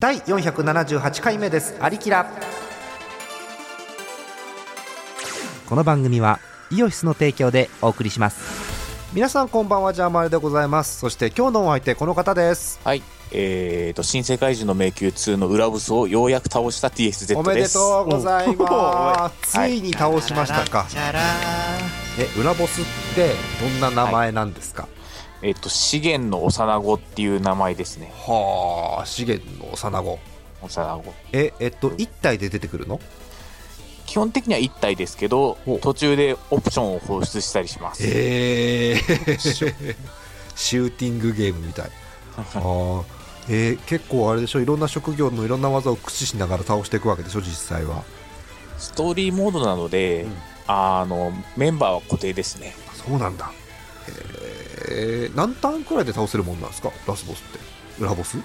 第478回目です「アリキラ」この番組はイオシスの提供でお送りします皆さんこんばんはジャーマネでございますそして今日のお相手この方ですはい、えーと、新世界中の迷宮2の裏嘘をようやく倒した TSZ です。おめでとうございますおつーいに倒しましたかチャラえ裏ボスってどんな名前なんですかえっと、資源の幼子っていう名前ですね。はあ資源の幼子幼子。ええっと1体で出てくるの基本的には1体ですけどほう、途中でオプションを放出したりします。えー、シューティングゲームみたいあーえー結構あれでしょいろんな職業のいろんな技を駆使しながら倒していくわけでしょ実際はストーリーモードなので、うんあの、メンバーは固定ですね。そうなんだえー、何ターンくらいで倒せるもんなんですかラスボスって裏ボス、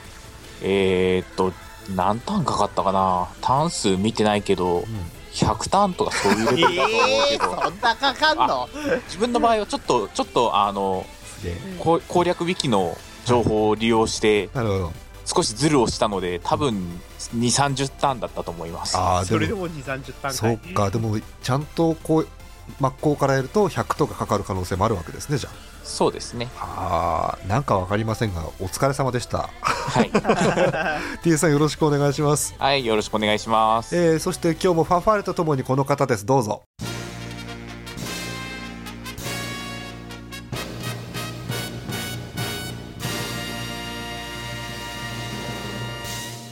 えーっと、何ターンかかったかなターン数見てないけど、100ターンとかそういうレベルだと思うけえど、ー、そんなかかんの自分の場合はちょっと、ちょっと、あの、すげえこ攻略ウィキの情報を利用してなるほど少しズルをしたので多分2 3 0ターンだったと思いますああそれででもも2、30単そう価。かでもちゃんとこう真っ向からやると100とかかかる可能性もあるわけですねじゃそうですねああーなんかわかりませんがお疲れ様でした はい T さんよろしくお願いしますはいよろしくお願いしますえーそして今日もファファーレとともにこの方ですどうぞ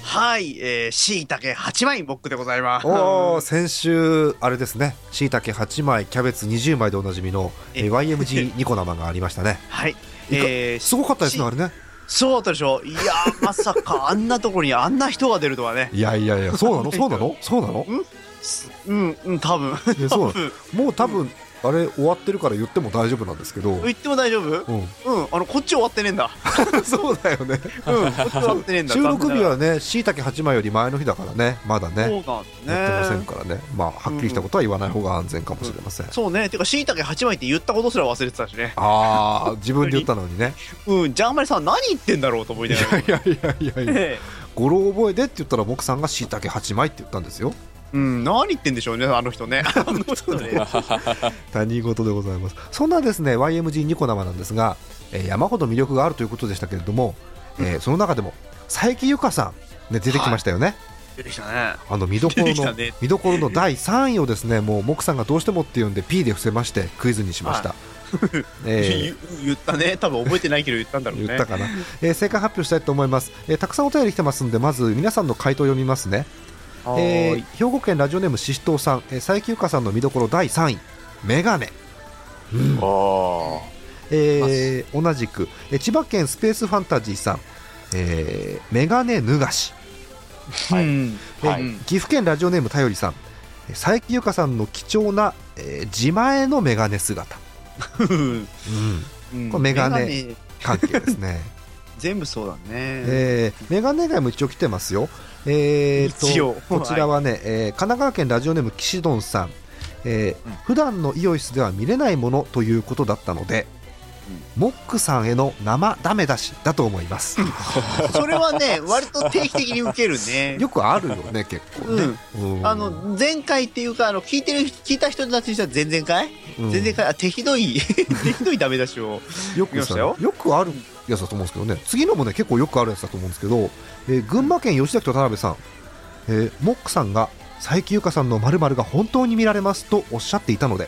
はい、えー、しいたけ8枚ボックでございます。おお先週あれですねしいたけ8枚キャベツ20枚でおなじみのええー YMG ニコ生がありましたねはい。えー、 すごかったですねあしれねそうだったでしょいやー、まさかあんなところにあんな人が出るとはね。いやいやいやそうな のそうなのそうなのうん、うん、多分。いやそうなのもう多分あれ終わってるから言っても大丈夫なんですけど、うん言っても大丈夫、うん、あの、こっち終わってねえんだ。 そうだよねうん、こっち終わってねえんだ。収録日ははねしいたけ8枚より前の日だからねまだそうねやってなませんんね。からねまあはっきりしたことは言わない方が安全かもしれません、そうね。てか、しいたけ8枚って言ったことすら忘れてたしね。ああ自分で言ったのに ねうん、ジャーマリさん何言ってんだろうと思いい ながら。やいやいやいやいやええ語呂覚えでって言ったら僕さんがしいたけ8枚って言ったんですよ うん、何言ってんでしょうね、あの 人ね。あの人ね。他人事でございますそんなですね YMG ニコ生なんですが、えー山ほど魅力があるということでしたけれども、えーその中でも佐伯由香さん、ね、出てきましたよね、出てきたね。あの見どころ出てきの、たね見どころの第3位をですねもう木さんがどうしてもっていうんで P で伏せましてクイズにしました、えー言言ったね。多分覚えてないけど言ったんだろうね。言ったかな、えー正解発表したいと思います、えーたくさんお便り来てますんでまず皆さんの回答を読みますねはえーーい兵庫県ラジオネームししとうさん、えー佐伯ゆかさんの見どころ第3位メガネ、あーえー同じく、えー千葉県スペースファンタジーさん、えーメガネ脱がし、はいうんえーはい岐阜県ラジオネームたよりさんえー佐伯ゆかさんの貴重な、えー自前のメガネ姿、うんこれメガネ関係です ね、全部そうだね。えーメガネ以外も一応来てますよ、えーと一応こちらはね、えー神奈川県ラジオネーム岸どんさん、えーうん普段のイオイスでは見れないものということだったので、モックさんへの生ダメ出しだと思います、それはね、割と定期的に受けるね。 よくあるよね結構ね、うんあの前回っていうかあの聞いてる聞いた人たちにしたら前々回、うん前々回あ手ひ どい手ひどいダメ出しをよく見ましさたよよくあるやつだと思うんですけどね次のもね結構よくあるやつだと思うんですけど、えー群馬県吉崎と田辺さん、えーモックさんが佐伯由香さんの〇〇が本当に見られますとおっしゃっていたので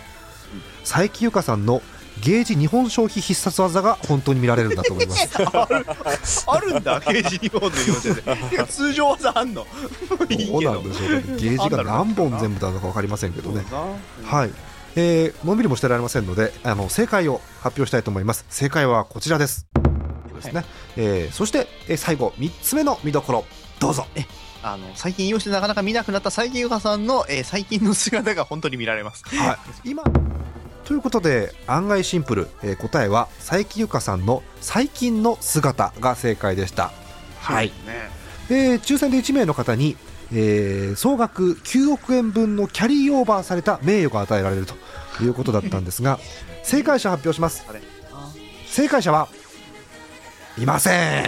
佐伯由香さんのゲージ日本消費必殺技が本当に見られるんだと思い ますある あるんだ刑事日本の日本で てか通常技あんのいいけどうなんでしょうねゲージが何本全部なのか分かりませんけどねははい、えーのんびりもしてられませんのであの正解を発表したいと思います正解はこちらですですね、えーそして、えー最後3つ目の見どころどうぞあの最近用してなかなか見なくなった最近ゆかさんの、えー最近の姿が本当に見られますはい、今ということで案外シンプル、えー答えは佐伯由香さんの「最近の姿」が正解でした、はいそうですねえー抽選で1名の方に、えー総額9億円分のキャリーオーバーされた名誉が与えられるということだったんです が正解者発表しますあれ正解者はいません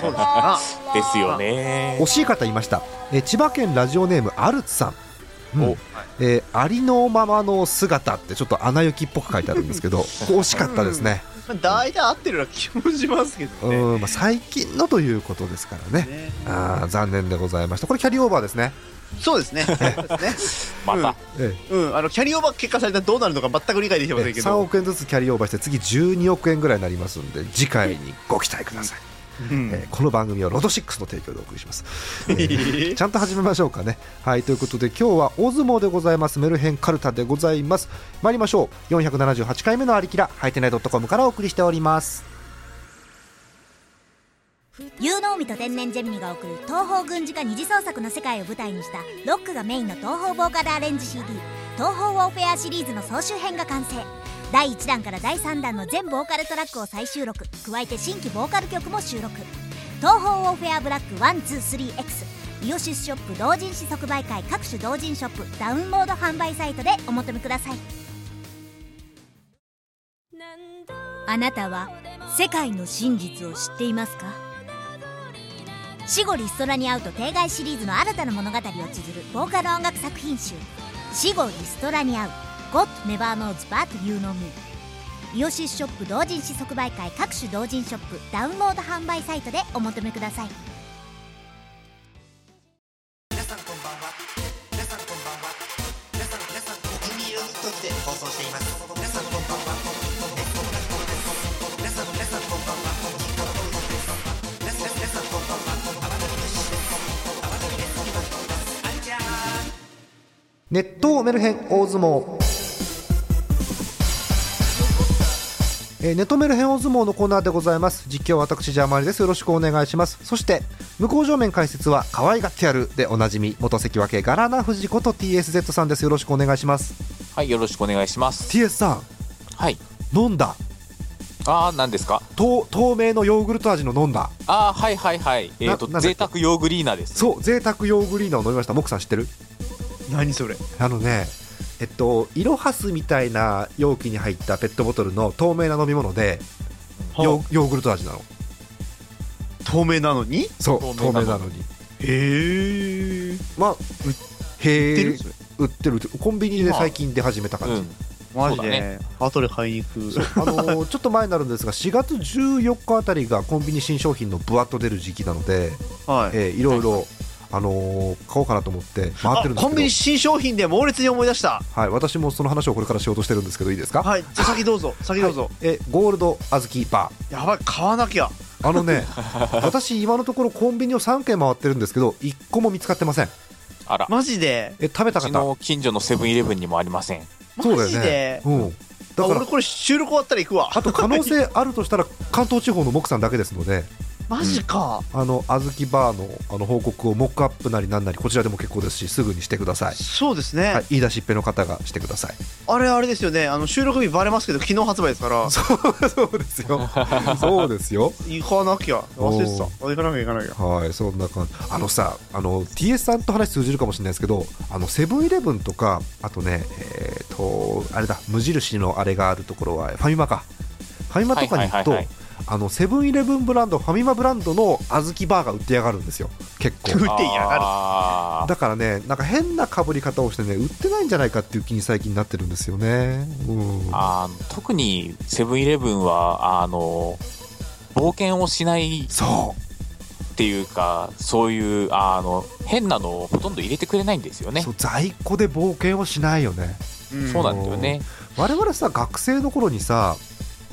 そうですな。ですよね惜しい方いました、えー千葉県ラジオネームアルツさん、うんおえーありのままの姿ってちょっと穴行きっぽく書いてあるんです けど惜しかったですね、まあ大体合ってるような気もしますけどうね。んまあ、最近のということですからねねあー残念でございましたこれキャリーオーバーですね、そうですね。そうですねまた、えうん、あのキャリーオーバー結果されたらどうなるのか全く理解できてませんけ3ど。億円ずつキャリーオーバーして次12億円ぐらいになりますんで次回にご期待ください、うんえーこの番組はロド6の提供でお送りし ます、えーちゃんと始めましょうかね。はいということで今日は大相撲でございますメルヘンカルタでございます参りましょう478回目のありきらハイテナイドットコムからお送りしております有能美と天然ジェミニが送る東方軍事化二次創作の世界を舞台にしたロックがメインの東方ボーカルアレンジ CD「東方ウォーフェア」シリーズの総集編が完成第1弾から第3弾の全ボーカルトラックを再収録加えて新規ボーカル曲も収録「東方ウォーフェアブラック 123X」イオシスショップ同人誌即売会各種同人ショップダウンロード販売サイトでお求めくださいあなたは世界の真実を知っていますか死後リストラに会うと定外シリーズの新たな物語を綴るボーカル音楽作品集「死後リストラに会う God Never Knows But You Know Me」イオシスショップ同人誌即売会各種同人ショップダウンロード販売サイトでお求めください皆さんこんばんは皆さんこんばんは皆さん皆さん国民ユニットにて放送しています皆さんこんばんは皆さん皆さんこんばんは皆さん皆さんこんばんはあなたにですあなたにですあんちゃーんネットメルヘン大相撲えーネットメルヘン大相撲のコーナーでございます実況は私ジャーマリですよろしくお願いしますそして向こう正面解説は可愛がってやるでおなじみ元関脇ガラナ藤子と TSZ さんですよろしくお願いしますはいよろしくお願いします TS さはいん飲んだああ何ですか透透明のヨーグルト味の飲んだああはいはいはいえっ、とななんだっけ贅沢ヨーグリーナですそう贅沢ヨーグリーナを飲みましたモクさん知ってる何それ。あのねえっとイロハスみたいな容器に入ったペットボトルの透明な飲み物でヨーヨーグルト味なの透明なのに。そう透透明明ななののにへえ。まあへ売ってるえそれ売ってる売ってるコンビニでまあ最近出始めたう感じ、んマジそうだで。後で買いに行く。あのー ちょっと前になるんですが4月14日あたりがコンビニ新商品のぶわっと出る時期なので、はい。えーいろいろ、あのー買おうかなと思って回ってるんですけどあコンビニ新商品で猛烈に思い出した。はい、私もその話をこれからしようとしてるんですけどいいですか、はい。じゃあ先どうぞ。先どうぞ。えゴールドアズキーパやばい買わなきゃ。ーあのね私今のところコンビニを3軒回ってるんですけど1個も見つかってませんあらマジで。え食べたうち方の近所のセブンイレブンにもありません そうだマよジねで。うんあだから俺これ収録終わったら行くわ。あと可能性あるとしたら関東地方の木さんだけですので マジか。あのあずきバーのあの報告をモックアップなりなんなりこちらでも結構ですしすぐにしてください、そうですね、はい、言い出しっぺの方がしてください あれあれですよねあの収録日バレますけど昨日発売ですからそうです よそうですよ行かなきゃ忘れてた行かなきゃ行かなきゃはいそんな感じあのさあの TS さんと話通じるかもしれないですけどあのセブンイレブンとかあとねえっ、とあれだ無印のあれがあるところはファミマかファミマとかに行くと、はいはいはいはいあのセブンイレブンブランドファミマブランドの小豆バーが売ってやがるんですよ結構売ってやがるあーだからねなんか変な被り方をしてね売ってないんじゃないかっていう気に最近なってるんですよねうんあー特にセブンイレブンはあの冒険をしないそっていうかそういうあの変なのをほとんど入れてくれないんですようねそう在庫で冒険をしないよねそうなんだよね我々さ学生の頃にさ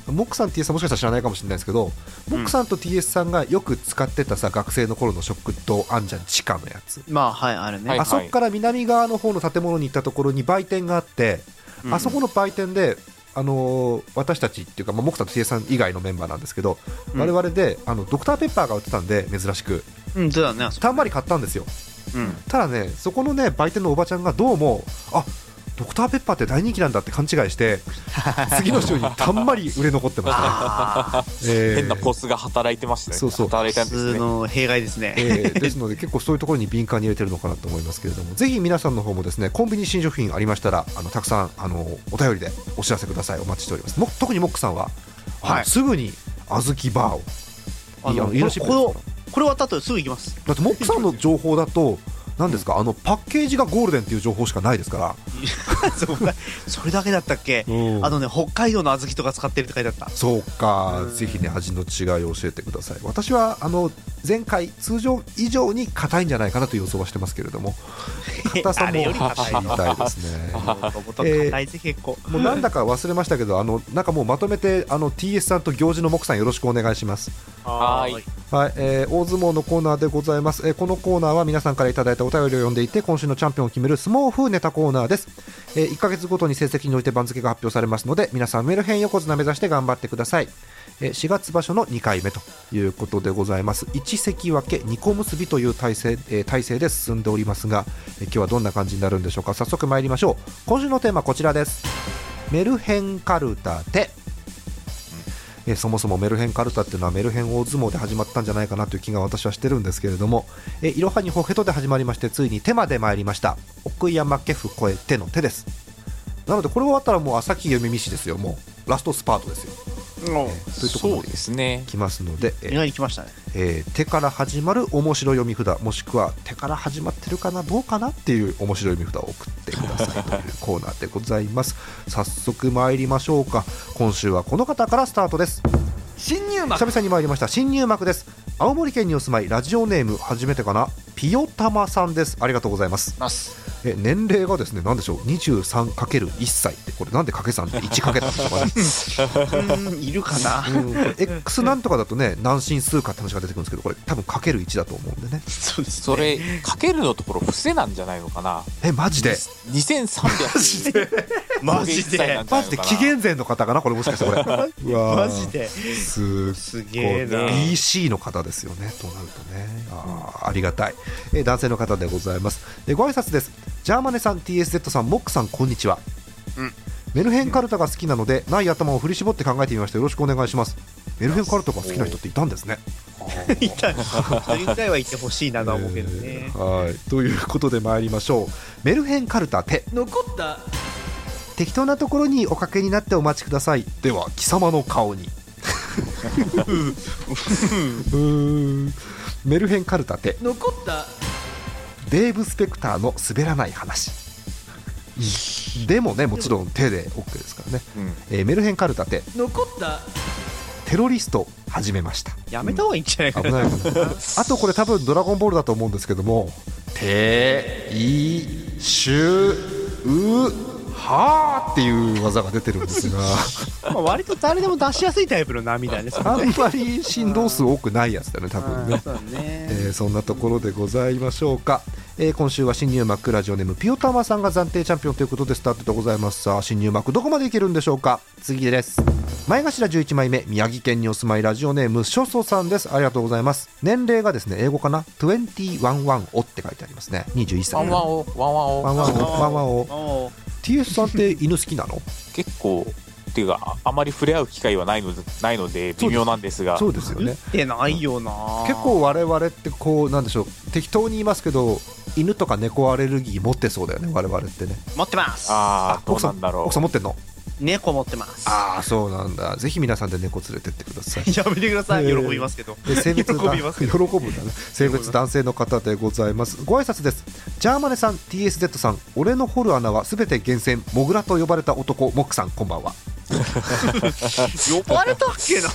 モックさん TS さんもしかしたら知らないかもしれないですけど、うんモックさんと TS さんがよく使ってたさ学生の頃のショックとあんじゃん地下のやつ、まあはいあれね、はいあそこから南側の方の建物に行ったところに売店があって、うんあそこの売店で、あのー私たちっていうか、まあ、モックさんと TS さん以外のメンバーなんですけど、うん我々であのドクターペッパーが売ってたんで珍しくうんそうだねあそこたんまり買ったんですようんただねそこのね売店のおばちゃんがどうもあドクターペッパーって大人気なんだって勘違いして次の週にたんまり売れ残ってま した、ああえー変なポスが働いてましたねそうそう働いたんで普す通ねの弊害ですね、え ーですので結構そういうところに敏感に入れてるのかなと思いますけれどもぜひ皆さんの方もですねコンビニ新商品ありましたらあのたくさんあのお便りでお知らせくださいお待ちしておりますも特にモックさんは、あのはいすぐに小豆バーをあいやのいいらしいこれこれこれ終わった後すぐ行きます。 だってモックさんの情報だと何ですかあのパッケージがゴールデンっていう情報しかないですからそうかそれだけだったっけ、あのね、北海道の小豆とか使ってるって書いてあった。そうかうんぜひね味の違いを教えてください私はあの前回通常以上に硬いんじゃないかなという予想はしてますけれども硬さ あれよもり硬い知りたいですね元々硬いぜ結構。もうなんだか忘れましたけどあのなんかもうまとめてあの TS さんと行事のモックさんよろしくお願いしますはーいはい、えー大相撲のコーナーでございます、えーこのコーナーは皆さんからいただいたお便りを読んでいて今週のチャンピオンを決める相撲風ネタコーナーです、え1ヶ月ごとに成績において番付が発表されますので皆さんメルヘン横綱目指して頑張ってください、え4月場所の2回目ということでございます1関脇2個結びという体制,、えー体制で進んでおりますが、えー今日はどんな感じになるんでしょうか早速参りましょう今週のテーマこちらですメルヘンカルタでえーそもそもメルヘンカルタっていうのはメルヘン大相撲で始まったんじゃないかなという気が私はしてるんですけれどもえーいろはにほへとで始まりましてついに手まで参りました奥山家父越え手の手ですなのでこれ終わったらもう朝日読み見しですよもうラストスパートですよというところそうでですね来ますので、え意ー外に来ましたね。えー手から始まる面白読み札もしくは手から始まってるかなどうかなっていう面白読み札を送ってくださいというコーナーでございます早速参りましょうか今週はこの方からスタートです新入幕久々に参りました新入幕です青森県にお住まいラジオネーム初めてかなピヨタマさんですありがとうございますえ年齢がですね何でしょう 23×1 歳ってこれなんで掛け算で1かけたんでしょうかねうんいるかな。 うん X なんとかだとね何進数かって話が出てくるんですけどこれ多分かける1だと思うんでねそうですそれかけるのところ伏せなんじゃないのかなえマジで2300でマジで。マジで紀元前の方かなこれもしかして これうわーマジですすっげえなこう BC の方ですよねとなるとねあーありがたい、えー男性の方でございますでご挨拶ですジャーマネさん TSZ さんモックさんこんにちは、うんメルヘンカルタが好きなのでない頭を振り絞って考えてみましたよろしくお願いしますメルヘンカルタが好きな人っていたんですねいたというぐらいは言ってほしいなとは思うけどえねー。はいということで参りましょうメルヘンカルタ手 残った適当なところにおかけになってお待ちくださいでは貴様の顔 に うーんメルヘンカルタ手残ったデーブ・スペクターの滑らない話でもねもちろん手で OK ですからね、うんえーメルヘンカルタ手残ったテロリスト始めましたやめた方がいいんじゃないか危な。ない危ないあとこれ多分「ドラゴンボール」だと思うんですけども「ていしゅうは」っていう技が出てるんですがまあ割と誰でも出しやすいタイプの涙ですあんまり振動数多くないやつだね多分ねそうだね。えーそんなところでございましょうか、えー今週は新入幕ラジオネームピオタマさんが暫定チャンピオンということでスタートでございますさあ新入幕どこまでいけるんでしょうか次です前頭11枚目宮城県にお住まいラジオネームショソさんですありがとうございます年齢がですね英語かな211おって書いてありますね21歳ワンワンをワンワンワンワンをおワンワンおお TS さんって犬好きな の結構っていうかあまり触れ合う機会はないのでないので微妙なんですがそうですよねってないよな。結構我々ってこうなんでしょう適当に言いますけど犬とか猫アレルギー持ってそうだよね我々ってね持ってます。ああどう奥さなんだろ奥さん持ってんの猫持ってます。ああそうなんだぜひ皆さんで猫連れてってください やめてくださえい。喜ーびますけ ど。で性別だ喜びますけど喜ぶんだね性別男性の方でございますご挨拶ですジャーマネさん TSZ さん俺の掘る穴はすべて厳選モグラと呼ばれた男モックさんこんばんは、呼ばれたっけな。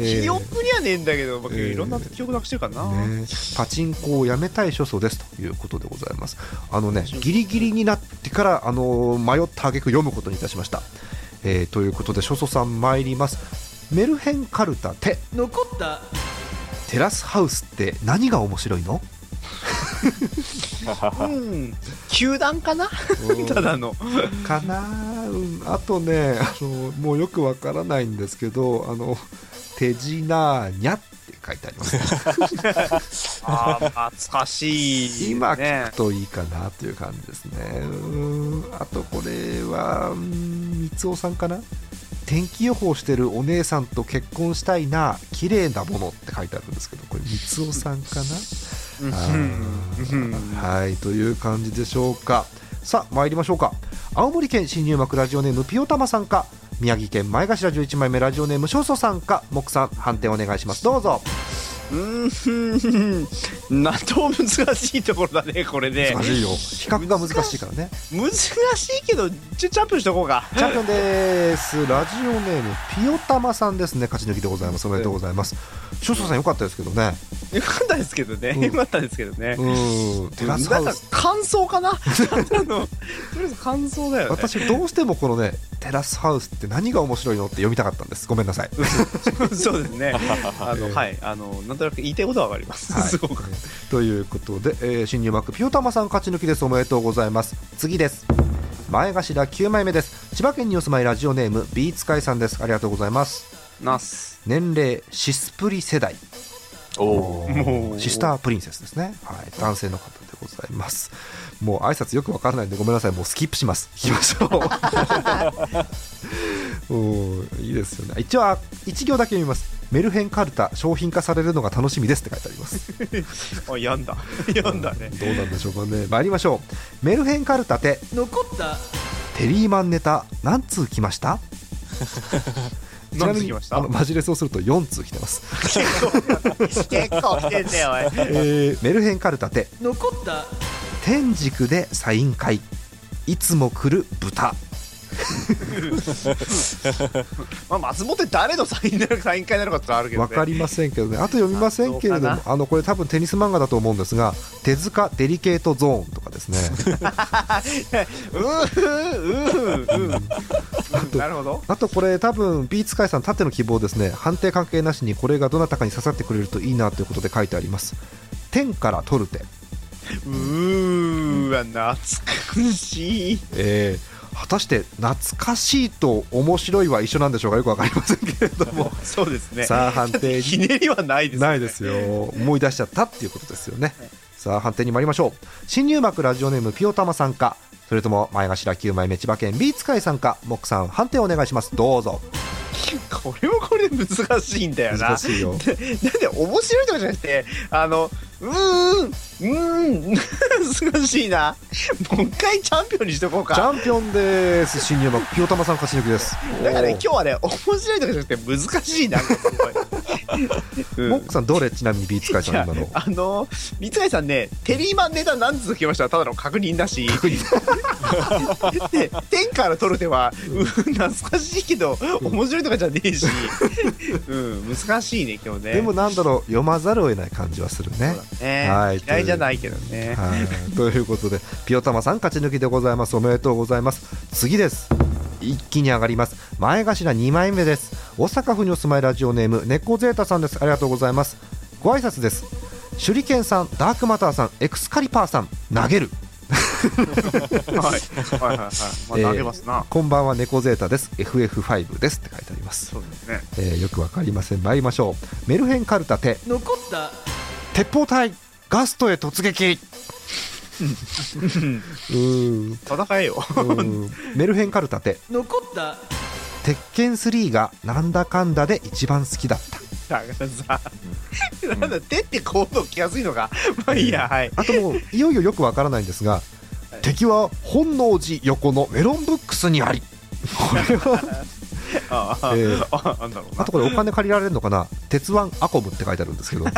えー記憶にはねえんだけど、僕えーいろんな記憶なくしてるからな。ねパチンコをやめたい所相ですということでございますあのねギリギリになってからあのー迷った挙句読むことにいたしました、えーということで所相さん参りますメルヘンカルタテ残ったテラスハウスって何が面白い の うん。球団かな ただの。かな、うん、あとねあのもうよくわからないんですけどあの手品にゃって 書いてあります、ああ、懐かしい。今聞ねく。といいかなという感じですねうんあとこれはうん三尾さんかな天気予報してるお姉さんと結婚したいな綺麗なものって書いてあるんですけどこれ三尾さんかなうんあーうんはいという感じでしょうかさあ参りましょうか青森県新入幕ラジオネームピオタマさんか宮城県前頭11枚目ラジオネームショソさんか木さん判定お願いしますどうぞうーん、なんとも難しいところだね、これね難。しいよ比較が難しいからね難しいけど、ちょ、チャンプしとこうか。チャンピオンですラジオネームピヨタマさんですね勝ち抜きでございますおめでとうございます少佐さん良かったですけどねよかったですけどね。うんよかったですけどね。うんテなラスハんウかス感想かなあのとりあえず感想だよね 私どうしてもこのねテラスハウスって何が面白いのって読みたかったんですごめんなさいそうです ね。あえの、ーはい、あの、なんとなく言いたいことはわかります。はいすごく。ということで、えー新入幕ピヨタマさん勝ち抜きですおめでとうございます次です前頭9枚目です千葉県にお住まいラジオネームビーツカイさんですありがとうございますナス。年齢シスプリ世代おーもうシスタープリンセスですね、はい、男性の方でございますもう挨拶よくわからないんでごめんなさいもうスキップします行きましょうおーいいですよね一応あ一行だけ読みますメルヘンカルタ商品化されるのが楽しみですって書いてありますあ、やんだ。 やんだね。どうなんでしょうかね参りましょうメルヘンカルタて残ったテリーマンネタ何通来ましたちなみ 何通に来ましたあのマジレスをすると4通来てます、結構来てんだよ、おい。えーメルヘンカルタて残った天竺でサイン会いつも来る豚まあ、松本って誰のサイン なのか、サイン会なのかってあるけどわね。かりませんけどねあと読みませんけれどあもそうあのこれ多分テニス漫画だと思うんですが手塚デリケートゾーンとかですねうーうーうーうん。なるほど。あとこれ多分ビーツカイさん縦の希望ですね判定関係なしにこれがどなたかに刺さってくれるといいなということで書いてあります天から取る手うーわ、懐かしい。えー果たして懐かしいと面白いは一緒なんでしょうかよくわかりませんけれど もそうですね。さあ判定ひにねりはないですね。ないですよ思い出しちゃったっていうことですよねさあ判定に参りましょう新入幕ラジオネームピオタマさんかそれとも前頭9枚目千葉県 B 使いさんかモックさん判定お願いしますどうぞこれもこれで難しいんだよな。難しいよなんで面白いとかじゃなくて、あの、うーん、うーん、 難しいな。もう一回チャンピオンにしとこうチか。ャンピオンです新入幕ピオタマさん勝ち抜きですだからね、今日はね、面白いとかじゃなくて難しいな。これ うんモックさんどれちなみに B 使いいさんや今のあの三谷さんねテリーマンネタ何続きましたただの確認だしで天から取る手は、うん、懐かしいけど面白いとかじゃねえ し、うん、難しいね今日ねでもなんだろう読まざるを得ない感じはするねね、はい嫌いじゃないけどねはい、 ということでピオタマさん勝ち抜きでございますおめでとうございます次です一気に上がります前頭2枚目です大阪府にお住まいラジオネーム猫ゼータさんですありがとうございますご挨拶です手裏剣さんダークマターさんエクスカリパーさん投げるはい、はいはいはい。まあ、投げますな。こんばんは猫ゼータです FF5 ですって書いてあります、そうですね。えーよくわかりません参りましょうメルヘンカルタ手残った鉄砲隊ガストへ突撃うーんう戦えよ。ーんメルヘンカルタ手 残った鉄拳3がなんだかんだで一番好きだっただからさ、なんだ、手って行動来やすいのか。まあいいや、はい。あともういよいよよくわからないんですが、敵は本能寺横のメロンブックスにありこれはああ、えーあ、なんだろうあな。とこれお金借りられるのかな「鉄腕アコム」って書いてあるんですけど、え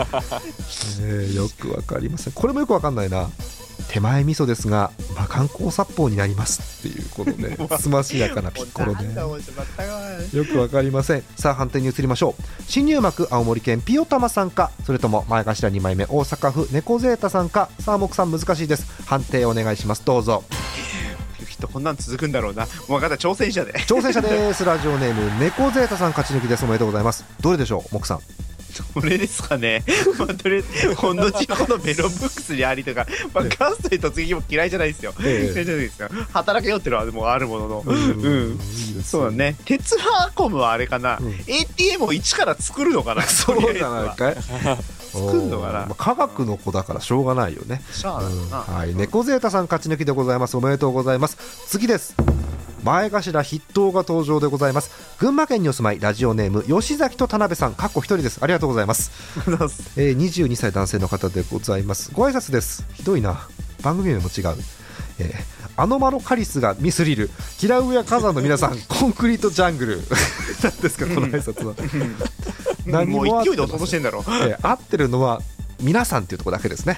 ーよくわかりませんこれもよくわかんないな手前味噌ですが、まあ、観光殺法になりますっていうこのねすましやかなピッコロもうなんねだもう全くわかんないよくわかりませんさあ判定に移りましょう新入幕青森県ピオタマさんかそれとも前頭2枚目大阪府猫ゼータさんかさあ木さん難しいです判定お願いしますどうぞきっとこんなん続くんだろうな。もう分かった、挑戦者で。 挑戦者ですラジオネーム猫ゼータさん勝ち抜きですおめでとうございますどれでしょう木さんこれですかね。 まあ、とりあえず、ほんのちこのメロンブックスにありとか、まあ、ガストに突撃も嫌いじゃないですよ。ええ嫌いじゃないですよ。働けよってのはでもあるものの。んうん。いいですそうだね。鉄ハーコムはあれかな、うん ATM を一から作るのかなそうじゃないか。かい作んのかなおーまあ科学の子だからしょうがないよねしゃあうないんな。はい、猫ゼータさん勝ち抜きでございますおめでとうございます次です前頭筆頭が登場でございます群馬県にお住まいラジオネーム吉崎と田辺さんかっこ一人ですありがとうございます、えー22歳男性の方でございますご挨拶ですひどいな番組名も違うえーアノマロカリスがミスリルキ ラウエア火山の皆さんコンクリートジャングルなんですかこの挨拶は何ももう合って勢いでませ落んとしてんだろ。えー合ってるのは皆さんっていうところだけですね、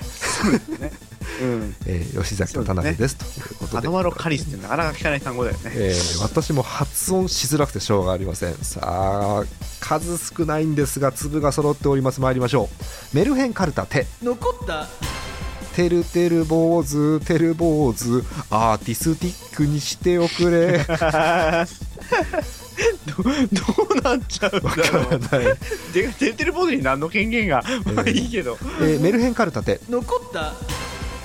うん。えー吉崎と田辺ですということアでドマロカリスってなかなか聞かない単語だよね。えー私も発音しづらくてしょうがありませんさあ数少ないんですが粒が揃っております参りましょうメルヘンカルタテ残ったてるてる坊主てる坊主アーティスティックにしておく れ どどうなっちゃうんだろう。てか、てるてるボードに何の権限が、まあいいけど。えーメルヘンカルタテ残った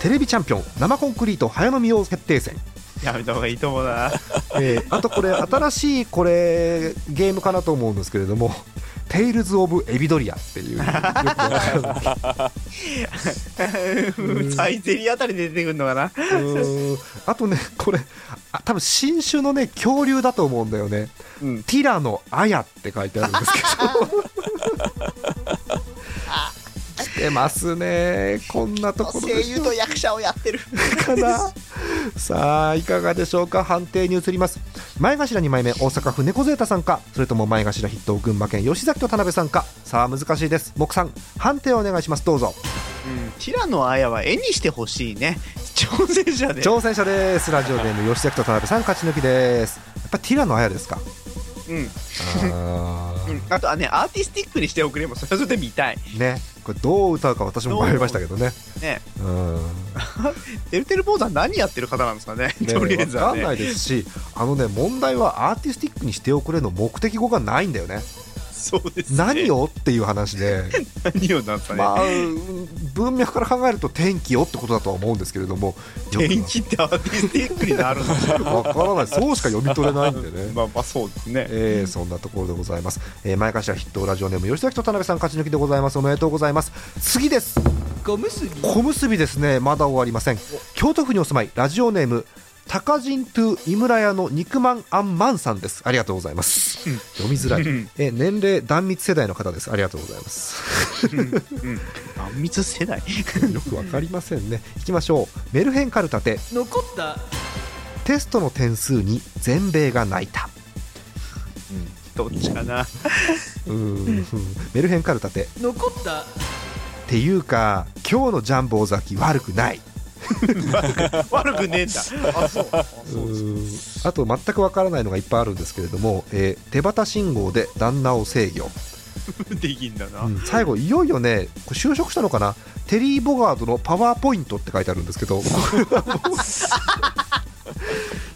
テレビチャンピオン生コンクリート早飲み王決定戦、やめた方がいいと思うな。えーあとこれ新しいこれゲームかなと思うんですけれども「テイルズ・オブ・エビドリア」って いうよくわからないサイゼリアあたりで出てくるのかな。 うーんあとねこれあ多分新種のね恐竜だと思うんだよね、うんティラノアヤって書いてあるんですけど来てますねこんなところでしょうと役者をやってる。かなさあいかがでしょうか判定に移ります前頭2枚目大阪府猫背太さんかそれとも前頭筆頭群馬県吉崎と田辺さんかさあ難しいです木さん判定をお願いしますどうぞうんティラノアヤは絵にしてほしいね。挑戦者で。挑戦者ですラジオネーム吉崎と田辺さん勝ち抜きですやっぱティラノアヤですかうん。あーうんあとはね、アーティスティックにしておくれも、それはそれで見たい。 ねこれどう歌うか私も迷いましたけどねね。 うんてるてる坊主は何やってる方なんですかね。ねとりあえずわはかんなね。いですしあのね問題はアーティスティックにしておくれの目的語がないんだよねそうです、ね。何をっていう話 で何をなんですかね。まあうん文脈から考えると天気をってことだとは思うんですけれどもよく天気ってアーティスティックになるのわからないそうしか読み取れないんでね まあまあそうですね。えーそんなところでございます、えー前頭筆頭ラジオネーム吉崎と田辺さん勝ち抜きでございますおめでとうございます次です小結び小結びですねまだ終わりません京都府にお住まいラジオネーム高人と井村屋の肉まんあんまんさんですありがとうございます読みづらいえ年齢断密世代の方ですありがとうございます あんみつ世代。よくわかりませんねいきましょうメルヘンカルタテ残ったテストの点数に全米が泣いた どっちかな。うーんメルヘンカルタテっ残ったていうか今日のジャンボ尾崎悪くない悪くねえんだ。 あ、そう。あそうですあと全くわからないのがいっぱいあるんですけれども、えー手旗信号で旦那を制御、できんだな。うん最後いよいよねこれ就職したのかなテリー・ボガードのパワーポイントって書いてあるんですけ ど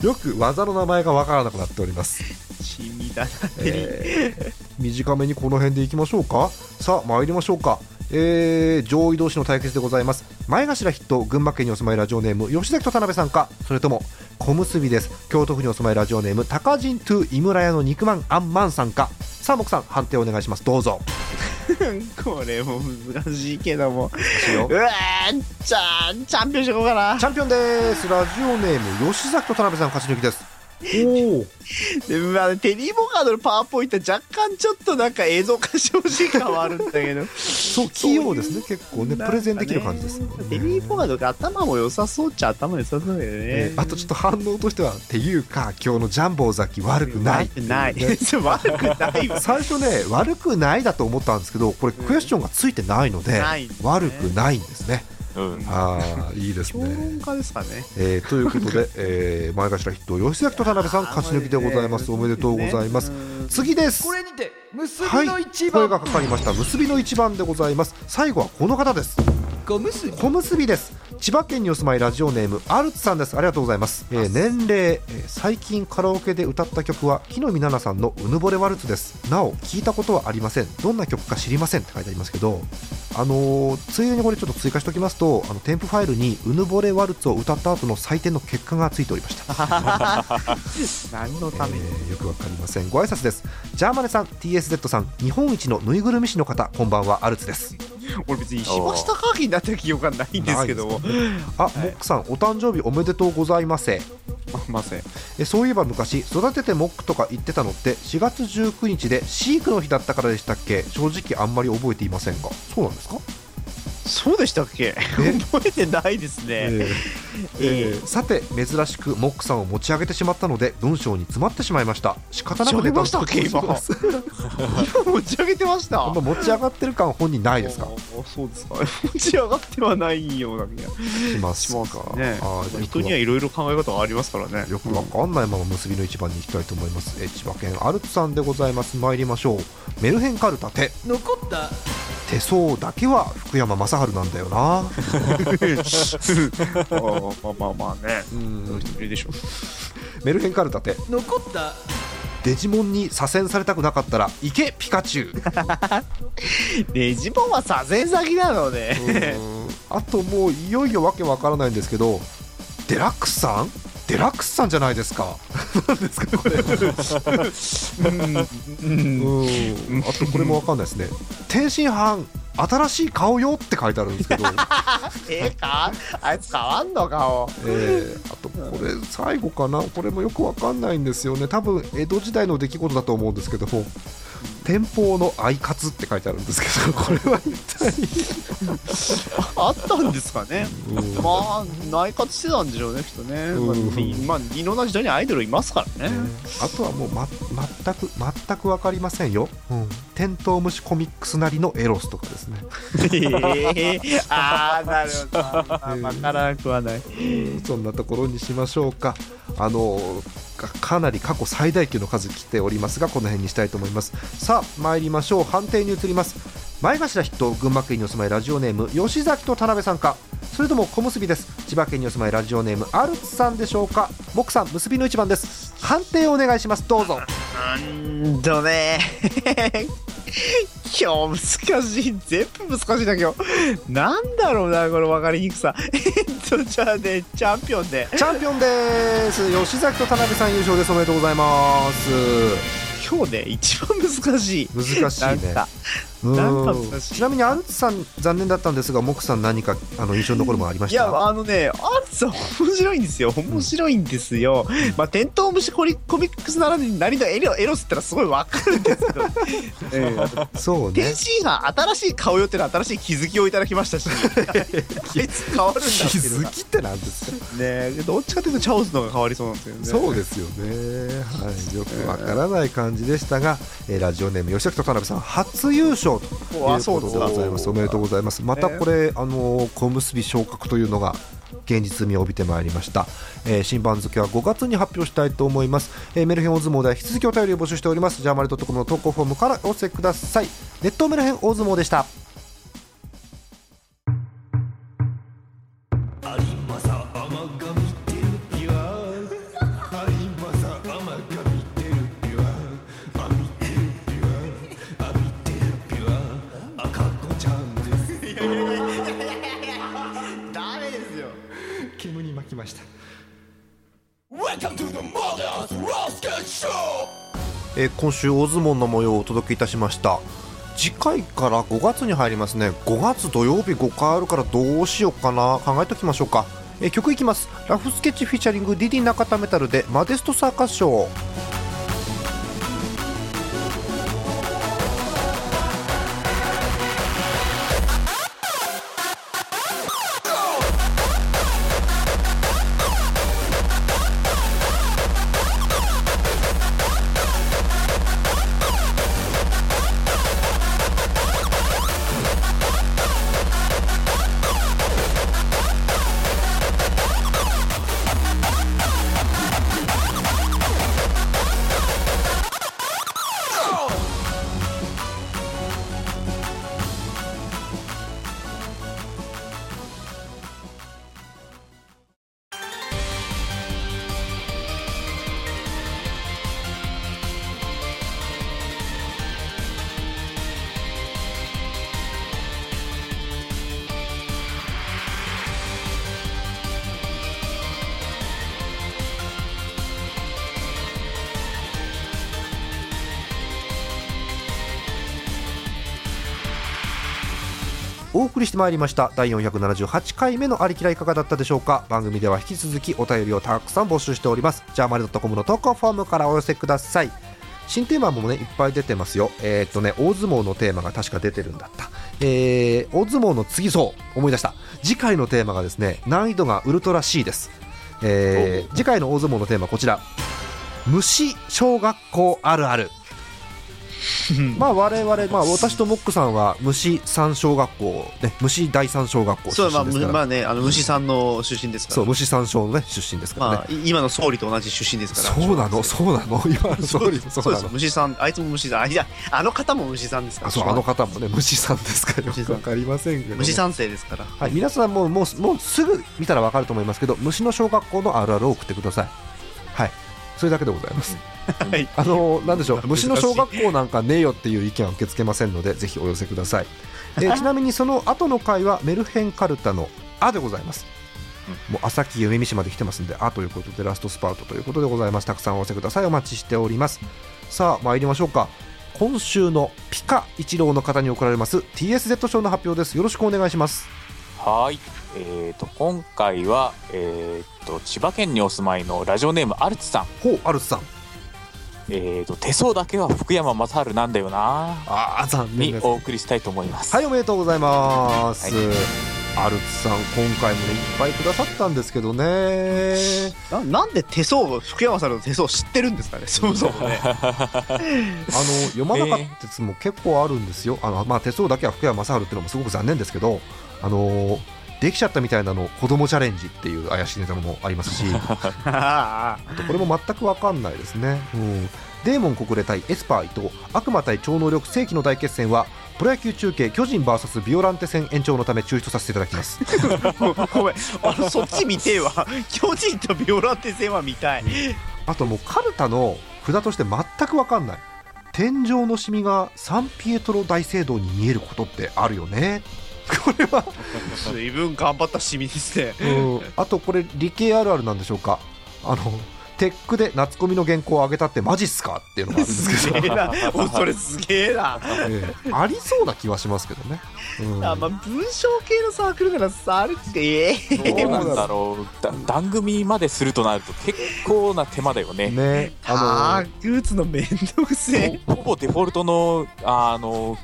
よく技の名前がわからなくなっております、地味だな。えー短めにこの辺でいきましょうかさあ参りましょうかえー上位同士の対決でございます前頭筆頭群馬県にお住まいラジオネーム吉崎と田辺さんかそれとも小結びです京都府にお住まいラジオネーム高人と井村屋の肉まんあんまんさんかさあ木さん判定お願いしますどうぞ これも難しいけども。しよううわーじゃあ、チャンピオンしてこうかなチ。ャンピオンですラジオネーム吉崎と田辺さん勝ち抜きですおおでまあ、テリーボカードのパワーポイント若干ちょっとなんか映像化してほしい感はあるんだけ どそう器用ですね結構ねなんかプレゼンできる感じですもんねテリーボカードが頭も良さそうっちゃ頭良さそうだよね、えーあとちょっと反応としてはっていうか今日のジャンボ尾崎悪くない悪くない。 悪くない わ。最初ね悪くないだと思ったんですけどこれクエスチョンがついてないので、ないんですね悪くないんですねうんああいいです評論ね、家ですかね。えーということで、えー前頭筆頭吉崎と田辺さん勝ち抜きでございますおめでとうございますうん次ですこれにて結はびいの声一番、がかかりました結びの一番でございます最後はこの方です小結び小結びです千葉県にお住まいラジオネームアルツさんですありがとうございます、えー年齢、えー最近カラオケで歌った曲は木の実奈々さんの「うぬぼれワルツ」ですなお聞いたことはありませんどんな曲か知りませんって書いてありますけどあのーついでにこれちょっと追加しておきますとあの添付ファイルに「うぬぼれワルツ」を歌った後の採点の結果がついておりました 何のために。えーよくわかりませんご挨拶ですジャーマネさん TSZ さん日本一のぬいぐるみ師の方こんばんはアルツです俺別に石橋貴明になった記憶がないんですけども。あ、モックさんお誕生日おめでとうございませません。えそういえば昔育ててモックとか言ってたのって4月19日で飼育の日だったからでしたっけ正直あんまり覚えていませんがそうなんですか、そうでしたっけ覚えてないですね。ええーさて珍しくモックさんを持ち上げてしまったので文章に詰まってしまいました仕方なくネタを持ち上げまし 持ち上げてました今持ち上がってる感本人ないですかああ そうですか持ち上がってはないような気がしますしかますねあーよく人わにはいろいろ考え方がありますからね よくわかんないまま結びの一番に行きたいと思います、えー千葉県アルプさんでございます参りましょうメルヘンカルタ手残った手相だけは福山雅治なんだよなあーまあまあまあねうんいるでしょうメルヘンカルタ手残ったデジモンに左遷されたくなかったら行けピカチュウデジモンは左遷先なので、うーんあともういよいよわけわからないんですけどデラックスさんデラックスさんじゃないですか何ですかこれうーんあとこれもわかんないですね天津飯新しい顔よって書いてあるんですけど、ええかあいつ変わんの顔えーあとこれ最後かなこれもよくわかんないんですよね多分江戸時代の出来事だと思うんですけども天保のアイカツって書いてあるんですけど これは一体あったんですかねうんまあ内閣してたんでしょうねきっとね、まうあんいまあいろんな時代にアイドルいますからね、あとはもう、ま、全く全く分かりませんよ、テントウムシコミックスなりのエロスとかですね ええああなるほど、まあ、分からなくはないそんなところにしましょうかあのかかなり過去最大級の数来ておりますがこの辺にしたいと思いますさあ参りましょう判定に移ります前頭筆頭群馬県にお住まいラジオネーム吉崎と田辺さんかそれとも小結びです千葉県にお住まいラジオネームアルツさんでしょうか僕さん結びの一番です判定をお願いしますどうぞうんとね 今日難しい全部難しいんだけどなんだろうなこの分かりにくさ えっとじゃあねチャンピオンでチャンピオンです吉崎と田辺さん優勝ですおめでとうございます今日ね一番難しい難しいなんねかうんなんか難しいちなみにアルツさん残念だったんですがモクさん何かあの印象に残るものありまいしたやあのねアルツは面白いんですよ面白いんですよ、まあテントウムシコリコミックスならなりのエロエロスってのはすごいわかるんですけど、ええそうね天津飯新しい顔よってのは新しい気づきをいただきましたしあいつ変わるんだって 気いうのづがきってなんですかねどっちかというとチャオズの方が変わりそうなんですよねそうですよね、はい、よくわからない感じでしたが、えーラジオネーム吉崎と田辺さん初優勝というあこそうとでですかございますおめでとうございますまたこれ、あのー小結び昇格というのが現実味を帯びてまいりました、えー新番付は5月に発表したいと思います、えーメルヘン大相撲では引き続きお便りを募集しておりますジャーマルドットコムの投稿フォームからお寄せくださいネットメルヘン大相撲でした煙に巻きましたえー今週大相撲の模様をお届けいたしました次回から5月に入りますね5月土曜日5回あるからどうしようかな考えときましょうか、えー曲いきますラフスケッチフィーチャリングディディ中田メタルでマデストサーカスショーお送りしてまいりました第478回目のありきらいかがだったでしょうか番組では引き続きお便りをたくさん募集しておりますジャーマルドットコムの投稿フォームからお寄せください新テーマもねいっぱい出てますよえーっとね大相撲のテーマが確か出てるんだったえー大相撲の次そう思い出した次回のテーマがですね難易度がウルトラ C です、えー次回の大相撲のテーマはこちら虫小学校あるあ るまあ我々、まあ、私とモックさんは虫三小学校、ね、虫第三小学校出そう、まあ、身ですむからまあね、あの虫さんの出身ですから。そう虫三小の、ね、出身ですからね、まあ、い今の総理と同じ出身ですから。そうなのそうなの今の総理もそうそうでなすの虫さん、あいつも虫さん、あいや、あの方も虫さんですから。あそうあの方もね虫さんですからよ虫くさんわかりませんけども虫三世ですから。はい、皆さんももうもうすぐ見たらわかると思いますけど虫の小学校のあるあるを送ってくださいはいそれだけでございます はい。 あのなんでしょう難し虫いの小学校なんかねえよっていう意見は受け付けませんのでぜひお寄せくださ いえーちなみにその後の回はメルヘンカルタの「あ」でございますもう朝木夢見市まで来てますんで「あ」ということでラストスパートということでございますたくさんお寄せくださいお待ちしておりますさあ参りましょうか今週のピカ一郎の方に贈られます TSZ 賞の発表ですよろしくお願いしますはい。えっ、と、今回は、えっ、と、千葉県にお住まいのラジオネームアルツさん。ほうアルツさんえっ、と、手相だけは福山雅治なんだよな。ああ残念にですお送りしたいと思います。はいおめでとうございます、はアルツさん今回もねいっぱいくださったんですけどねななんで手相、福山さんの手相知ってるんですかね、そもそもね。あの読まなかったやつも結構あるんですよ、あのまあ、手相だけは福山雅治っていうのもすごく残念ですけど、あのーできちゃったみたいなの子供チャレンジっていう怪しいネタもあり ますしあ あとこれも全く分かんないですね、うん、デーモン国連対エスパー伊藤悪魔対超能力世紀の大決戦はプロ野球中継巨人 VS ビオランテ戦延長のため中止とさせていただきますあ、ごごめん、あのそっち見てえわ。 巨人とビオランテ戦は見たい。あともうカルタの札として全く分かんない天井のシミがサンピエトロ大聖堂に見えることってあるよねこれは随分頑張ったシミですね。うんあとこれ理系あるあるなんでしょうかあのテックで夏コミの原稿を上げたってマジっすかっていうのがあるんですけどすげえな、おそれすげ えな。ええありそうな気はしますけどね、うんあまあ、文章系のサークルならさあるってええどうなんだろう。だ番組までするとなると結構な手間だよね。ねあああグーツのめんどくせえほほぼデフォルトの、あの、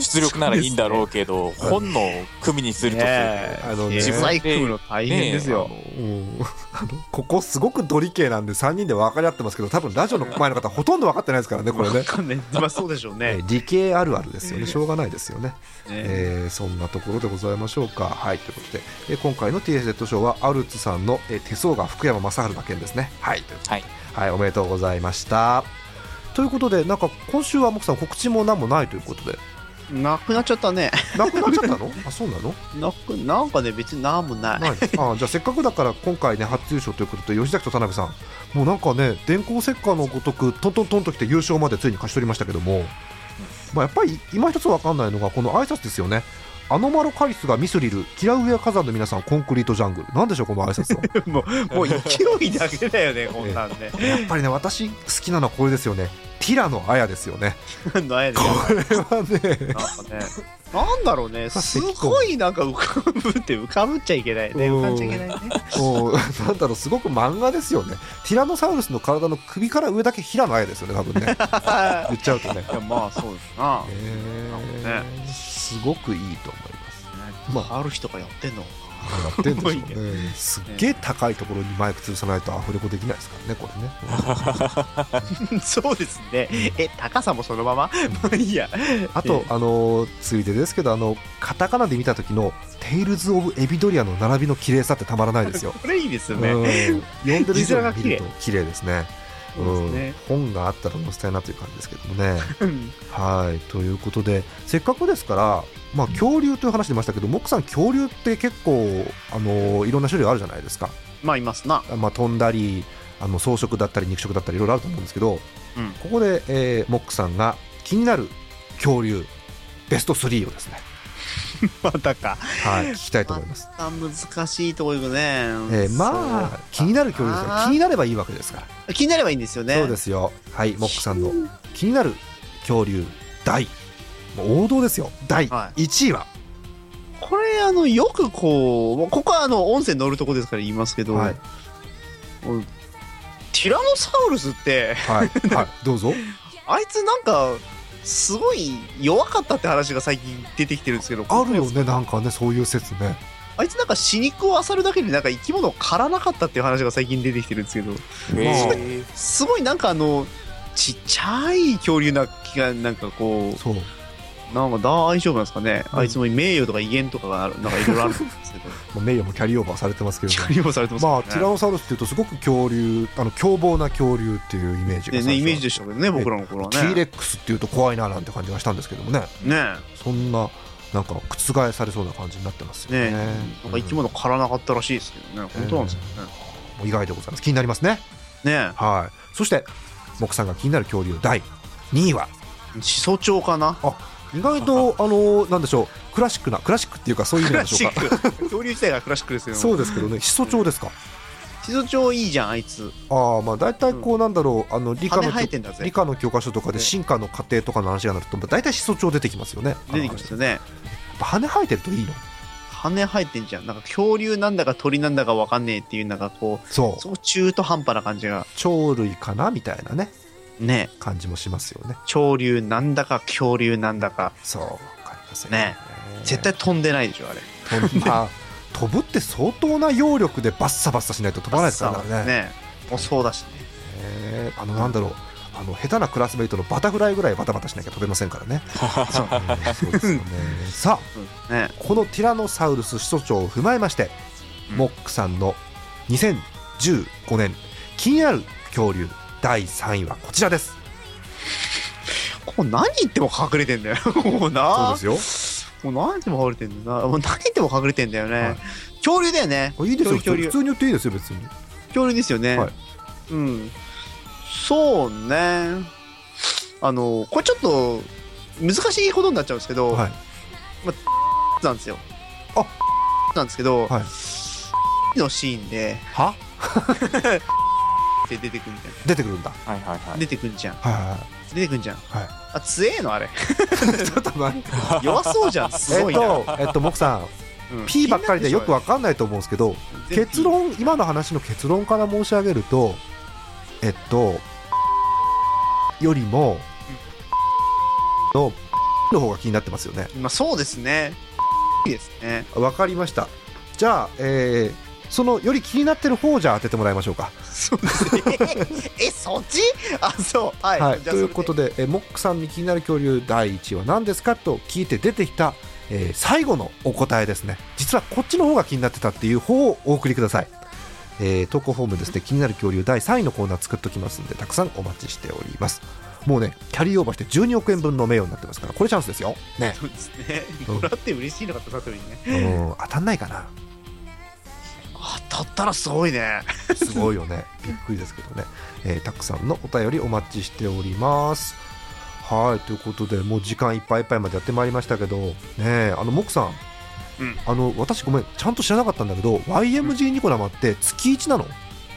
出力ならいいんだろうけど、本の組にするとするねあのね自分で組むの大変ですよ、の、うん あのここすごくドリ系なんで3人で分かり合ってますけど多分ラジオの前の方ほとんど分かってないですからねこれわねかんないまあそうでしょうえねえ理系あるあるですよねしょうがないですよねねえーそんなところでございましょうか。はい、ということで、えー今回の TSZ 賞はアルツさんの、えー手相が福山雅治な件ですね。はい、ということで、はいはい、おめでとうございました。ということで、なんか今週はもくさん告知も何もないということで、なくなっちゃったねなくなっちゃったのあ、そうなのなくなんかね別になんもないない あーじゃあせっかくだから今回ね、初優勝ということで、吉崎と田辺さん、もうなんかね、電光石火のごとく、トントントンときて優勝までついに勝ち取りましたけども、まあ、やっぱり今一つ分かんないのが、この挨拶ですよね。アノマロカリスがミスリル、キラウエア火山の皆さん、コンクリートジャングル、なんでしょう、この挨拶は。 もうもう勢いだけだよねこんなんねやっぱりね、私、好きなのはこれですよね、ティラの綾ですよね。ないでこれはね、なんかねなんだろうねまあすごいなんか浮かぶって浮かぶっちゃいけないねうん浮かんじゃいけないねこうなんだろう、すごく漫画ですよね、ティラノサウルスの体の首から上だけ平野綾ですよね、多 分ね、言っちゃうとね。いやまあそうですななえんかーすごくいいと思います。まあある人がやってんのかやってんでしょうねすごすっげえ高いところにマイク吊るさないとアフレコできないですからね、これね。なそうですね え高さもそのまままあいいやあと、あのーついでですけど、あの、カタカナで見た時の、テイルズ・オブ・エビドリアの並びの綺麗さってたまらないですよ。これいいですうよんね。読んでる以上に字面が綺見麗ると綺麗ですね。そうですねうん、本があったら載せたいなという感じですけどもね。うんはいということでせっかくですから、まあ、恐竜という話出ましたけど、モックさん恐竜って結構、あのーいろんな種類あるじゃないですか、まあいますな。あまあ、飛んだりあの草食だったり肉食だったりいろいろあると思うんですけど、うんここで、えーモックさんが気になる恐竜ベスト3をですね、 またか。 はい、聞きたいと思います。あ難しいとこ行くね。えーまあ気になる恐竜ですから気になればいいわけですから、あ気になればいいんですよね。そうですよはいモックさんの気になる恐竜第もう王道ですよ第は1位は、これあのよくこうここはあの音声乗るとこですから言いますけど、はいうんテティラノサウルスってはい、はい、どうぞあいつなんかすごい弱かったって話が最近出てきてるんですけどあるよねなんかねそういう説ねあいつなんか死肉を漁るだけでなんか生き物を狩らなかったっていう話が最近出てきてるんですけどえすごいなんかあのちっちゃい恐竜な気がなんかこそううなんか大丈夫なんですかね、うんあいつも名誉とか威厳とかがあるなんかいろいろあるんですけ どまあ名誉もキャリーオーバーされてますけれどもキャリーもされてますまあティラノノサウルスっていうとすごく恐竜あの凶暴な恐竜っていうイメージが最で初はねイメージでしたけどね僕らの頃はティーレねックスっていうと怖いななんて感じがしたんですけどもねねそんななんか覆されそうな感じになってますよねねなんか生き物狩らなかったらしいですけどね本当なんですよね、うんもう意外でございます気になりますねねはいそして木さんが気になる恐竜第2位はえシソチョウかな意外 とあのなんでしょうクラシックなクラシックっていうかそういう意味クなんでラシしょうかック恐竜自体がクラシックですけどもそうですけどねシソチョウですかシソチョウいいじゃんあいつああまあ大体こうなんだろうあの理科羽の生えてんだぜ理科の教科書とかで進化の過程とかの話がなると大体思想帳出てきますよね出てきましたよねあの羽生えてるといいの羽生えてんじゃんなんか恐竜なんだか鳥なんだかわかんねえっていうなんかこそううそこ中途半端な感じが鳥類かなみたいなねね感じもしますよね潮流なんだか恐竜なんだかそうわかりますよね絶対飛んでないでしょあれ飛んまあ 飛ぶって相当な揚力でバッサバッサしないと飛ばないですからねねねもうそうだしねえあのなんだろうあの下手なクラスメイトのバタフライぐらいバタバタしなきゃ飛べません からね。うんそうですよねさあうんねこのティラノサウルス始祖鳥を踏まえまして、うんモックさんの2015年気になる恐竜第3位はこちらですここ何言っても隠れてんだよ もうなそうですよもう何言っても隠れてんだよなもう何言っても隠れてんだよね、はい恐竜だよねこれいいですよ恐竜普通に言っていいですよ別に恐竜ですよね、はいうんそうねあのこれちょっと難しいことになっちゃうんですけど、はいなんですよあなんですけど、はいのシーンではって出てくるんじ出てくるんだーはいはいゃはんい出てくんじゃんはいはい出てくんじゃんはいあ強え のあれちょっと待って弱そうじゃんすえごっいな、とえっとモックさんうん P ばっかりでよくわかんないと思うんですけど結論今の話の結論から申し上げるとえっとよりものの方が気になってますよねまあそうですねいいですねわかりましたじゃあ、えーそのより気になってる方をじゃあ当ててもらいましょうか、そうですねえそっちあそうはい、はい、じとゃあそいれうことで、えーモックさんに気になる恐竜第1位は何ですかと聞いて出てきた、えー最後のお答えですね実はこっちの方が気になってたっていう方をお送りください、えー投稿フォームですね気になる恐竜第3位のコーナー作っときますんでたくさんお待ちしておりますもうねキャリーオーバーして12億円分の名誉になってますからこれチャンスですよね、そうですねうんもらって嬉しいのかとさとにねうん、当たんないかな当たったらすごいねすごいよね。びっくりですけどね。えーたくさんのお便りお待ちしております。はい、ということで、もう時間いっぱいいっぱいまでやってまいりましたけど、ねえ、あの、もくさん。うんあの、私ごめん、ちゃんと知らなかったんだけど、YMG ニコ生って月1なの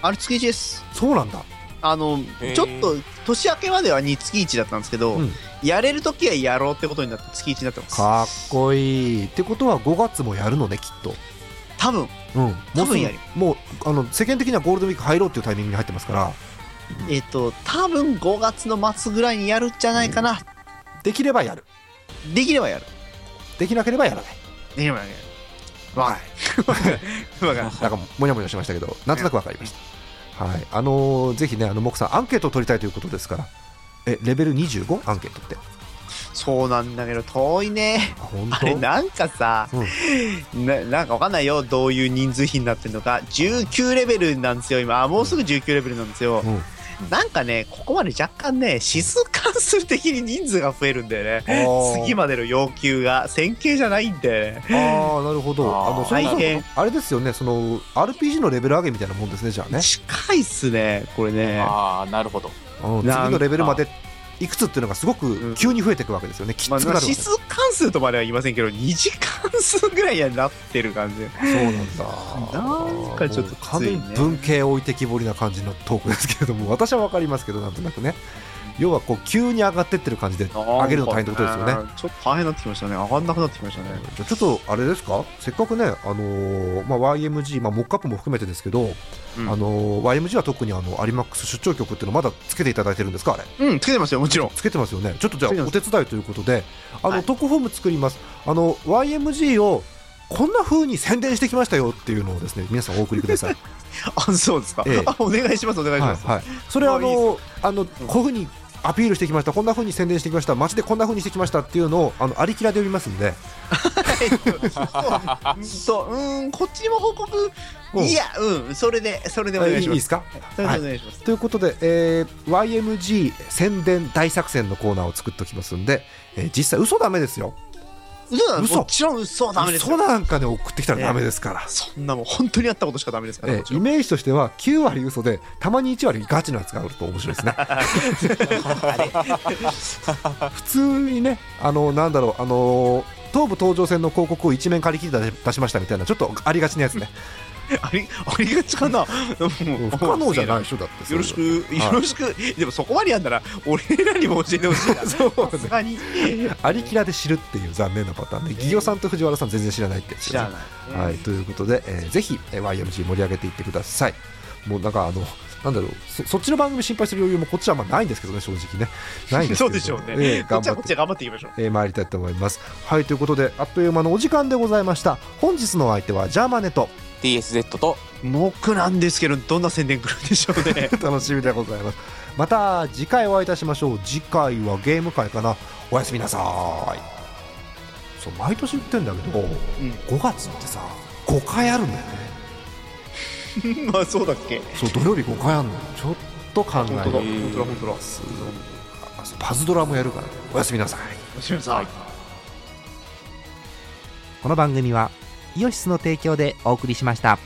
あれ月1ですそうなんだ。あのへーちょっと年明けまではに月1だったんですけど、うんやれる時はやろうってことになって月1になってますかっこいい。ってことは5月もやるのね、きっと。多分うん。もう多すぐ分やるもう、あの、世間的にはゴールデンウィーク入ろうっていうタイミングに入ってますから、えっ、と多分5月の末ぐらいにやるんじゃないかな、できればやる。できればやるできなければやらない。できればやるわかんないわかんないなんかもやもやしましたけど、なんとなくわかりました。はい、あのーぜひね、あの、もくさん、アンケートを取りたいということですから。え、レベル 25? アンケートって。そうなんだけど遠いねあ、本あれなんかさ、ななんかわかんないよどういう人数比になってるのか19レベルなんですよ今あもうすぐ19レベルなんですよ、うんなんかねここまで若干ね指数関数的に人数が増えるんだよねあー 次までの要求が線形じゃないんだよねああ、なるほど。ああーの、それこそ大変あれですよね、その、RPG のレベル上げみたいなもんですね、じゃあね。近いっすねこれねああなるほどうん次なんかのレベルまでいくつっていうのがすごくん急に増えていくわけですよね。きつくまあ、なるわけ指数関数とまでは言いませんけど二次関数ぐらいにはなってる感じそうなんだ。なんかちょっときついねもう完全に文系置いてきぼりな感じのトークですけれども、私はわかりますけど、なんとなくね。要はこう急に上がってってる感じで上げるの大変ってことですよねね。ちょっと大変になってきましたね。上がんなくなってきましたね。じゃあちょっとあれですかせっかくね、あのーまあ、YMG、まあ、モックアップも含めてですけど、うんあのー YMG は特にあのアリマックス出張曲っていうのまだつけていただいてるんですかあれうん、つけてますよ、もちろん。つけてますよねちょっとじゃあつけてまお手伝いということであの、はいトークホーム作りますあの YMG をこんな風に宣伝してきましたよっていうのをですね皆さんお送りく ださいあ、そうですか。ええあ、お願いします、お願いしはい、ます。はい、それはあもういのあのこういう風にアピールしてきましたこんな風に宣伝してきました街でこんな風にしてきましたっていうのをあのありきらで呼びますんではい そう、うん、こっちにも報告。うんいや、うん、それで、それでおい願いいしいま。ですすかそれでお願いします。ということで、えー YMG 宣伝大作戦のコーナーを作っておきますんで、えー実際嘘ダメですよ嘘だ、嘘もちろん嘘はダメです嘘よ。なんかね送ってきたらダメですから、そんなもん、本当にあったことしかダメですから、えもーちろイん。メージとしては9割嘘でたまに1割ガチのやつがあると面白い ですね 普通にねあのなんだろうあのー東武東上線の広告を一面借り切って出しましたみたいなちょっとありがちなやつねあり、ありがちかな。うんもう不可能じゃないでしょだってそれよろしく、よろしく、でもそこまでやんなら、俺らにも教えて ほしいな。さすがに。ありきらで知るっていう残念なパターンで企業さんと藤原さん全然知らないってやつ知らない。はい、ということで、えーぜひえー YMG 盛り上げていってください。もうなんかあのなんだろうそそっちの番組心配する余裕もこっちはあんまないんですけどね正直ねないんですけそどうでしょうね。えー頑こっち張はっこってち、で頑張っていきましょう。えー参りたいと思いますはいということであっという間のお時間でございました本日のお相手はジャーマネと TSZ と僕なんですけど、どんな宣伝来るんでしょうね。 楽しみでございますまた次回お会いいたしましょう次回はゲーム会かなおやすみなさーいそう毎年言ってんだけど、5月ってさ5回あるんだよね まあ、そうだっけ。そう土曜日5回あるのよちょっと考え本て当だ、本当だ、本当だ。あそうパズドラもやるからおやすみなさい吉村さん。この番組はイオシスの提供でお送りしました。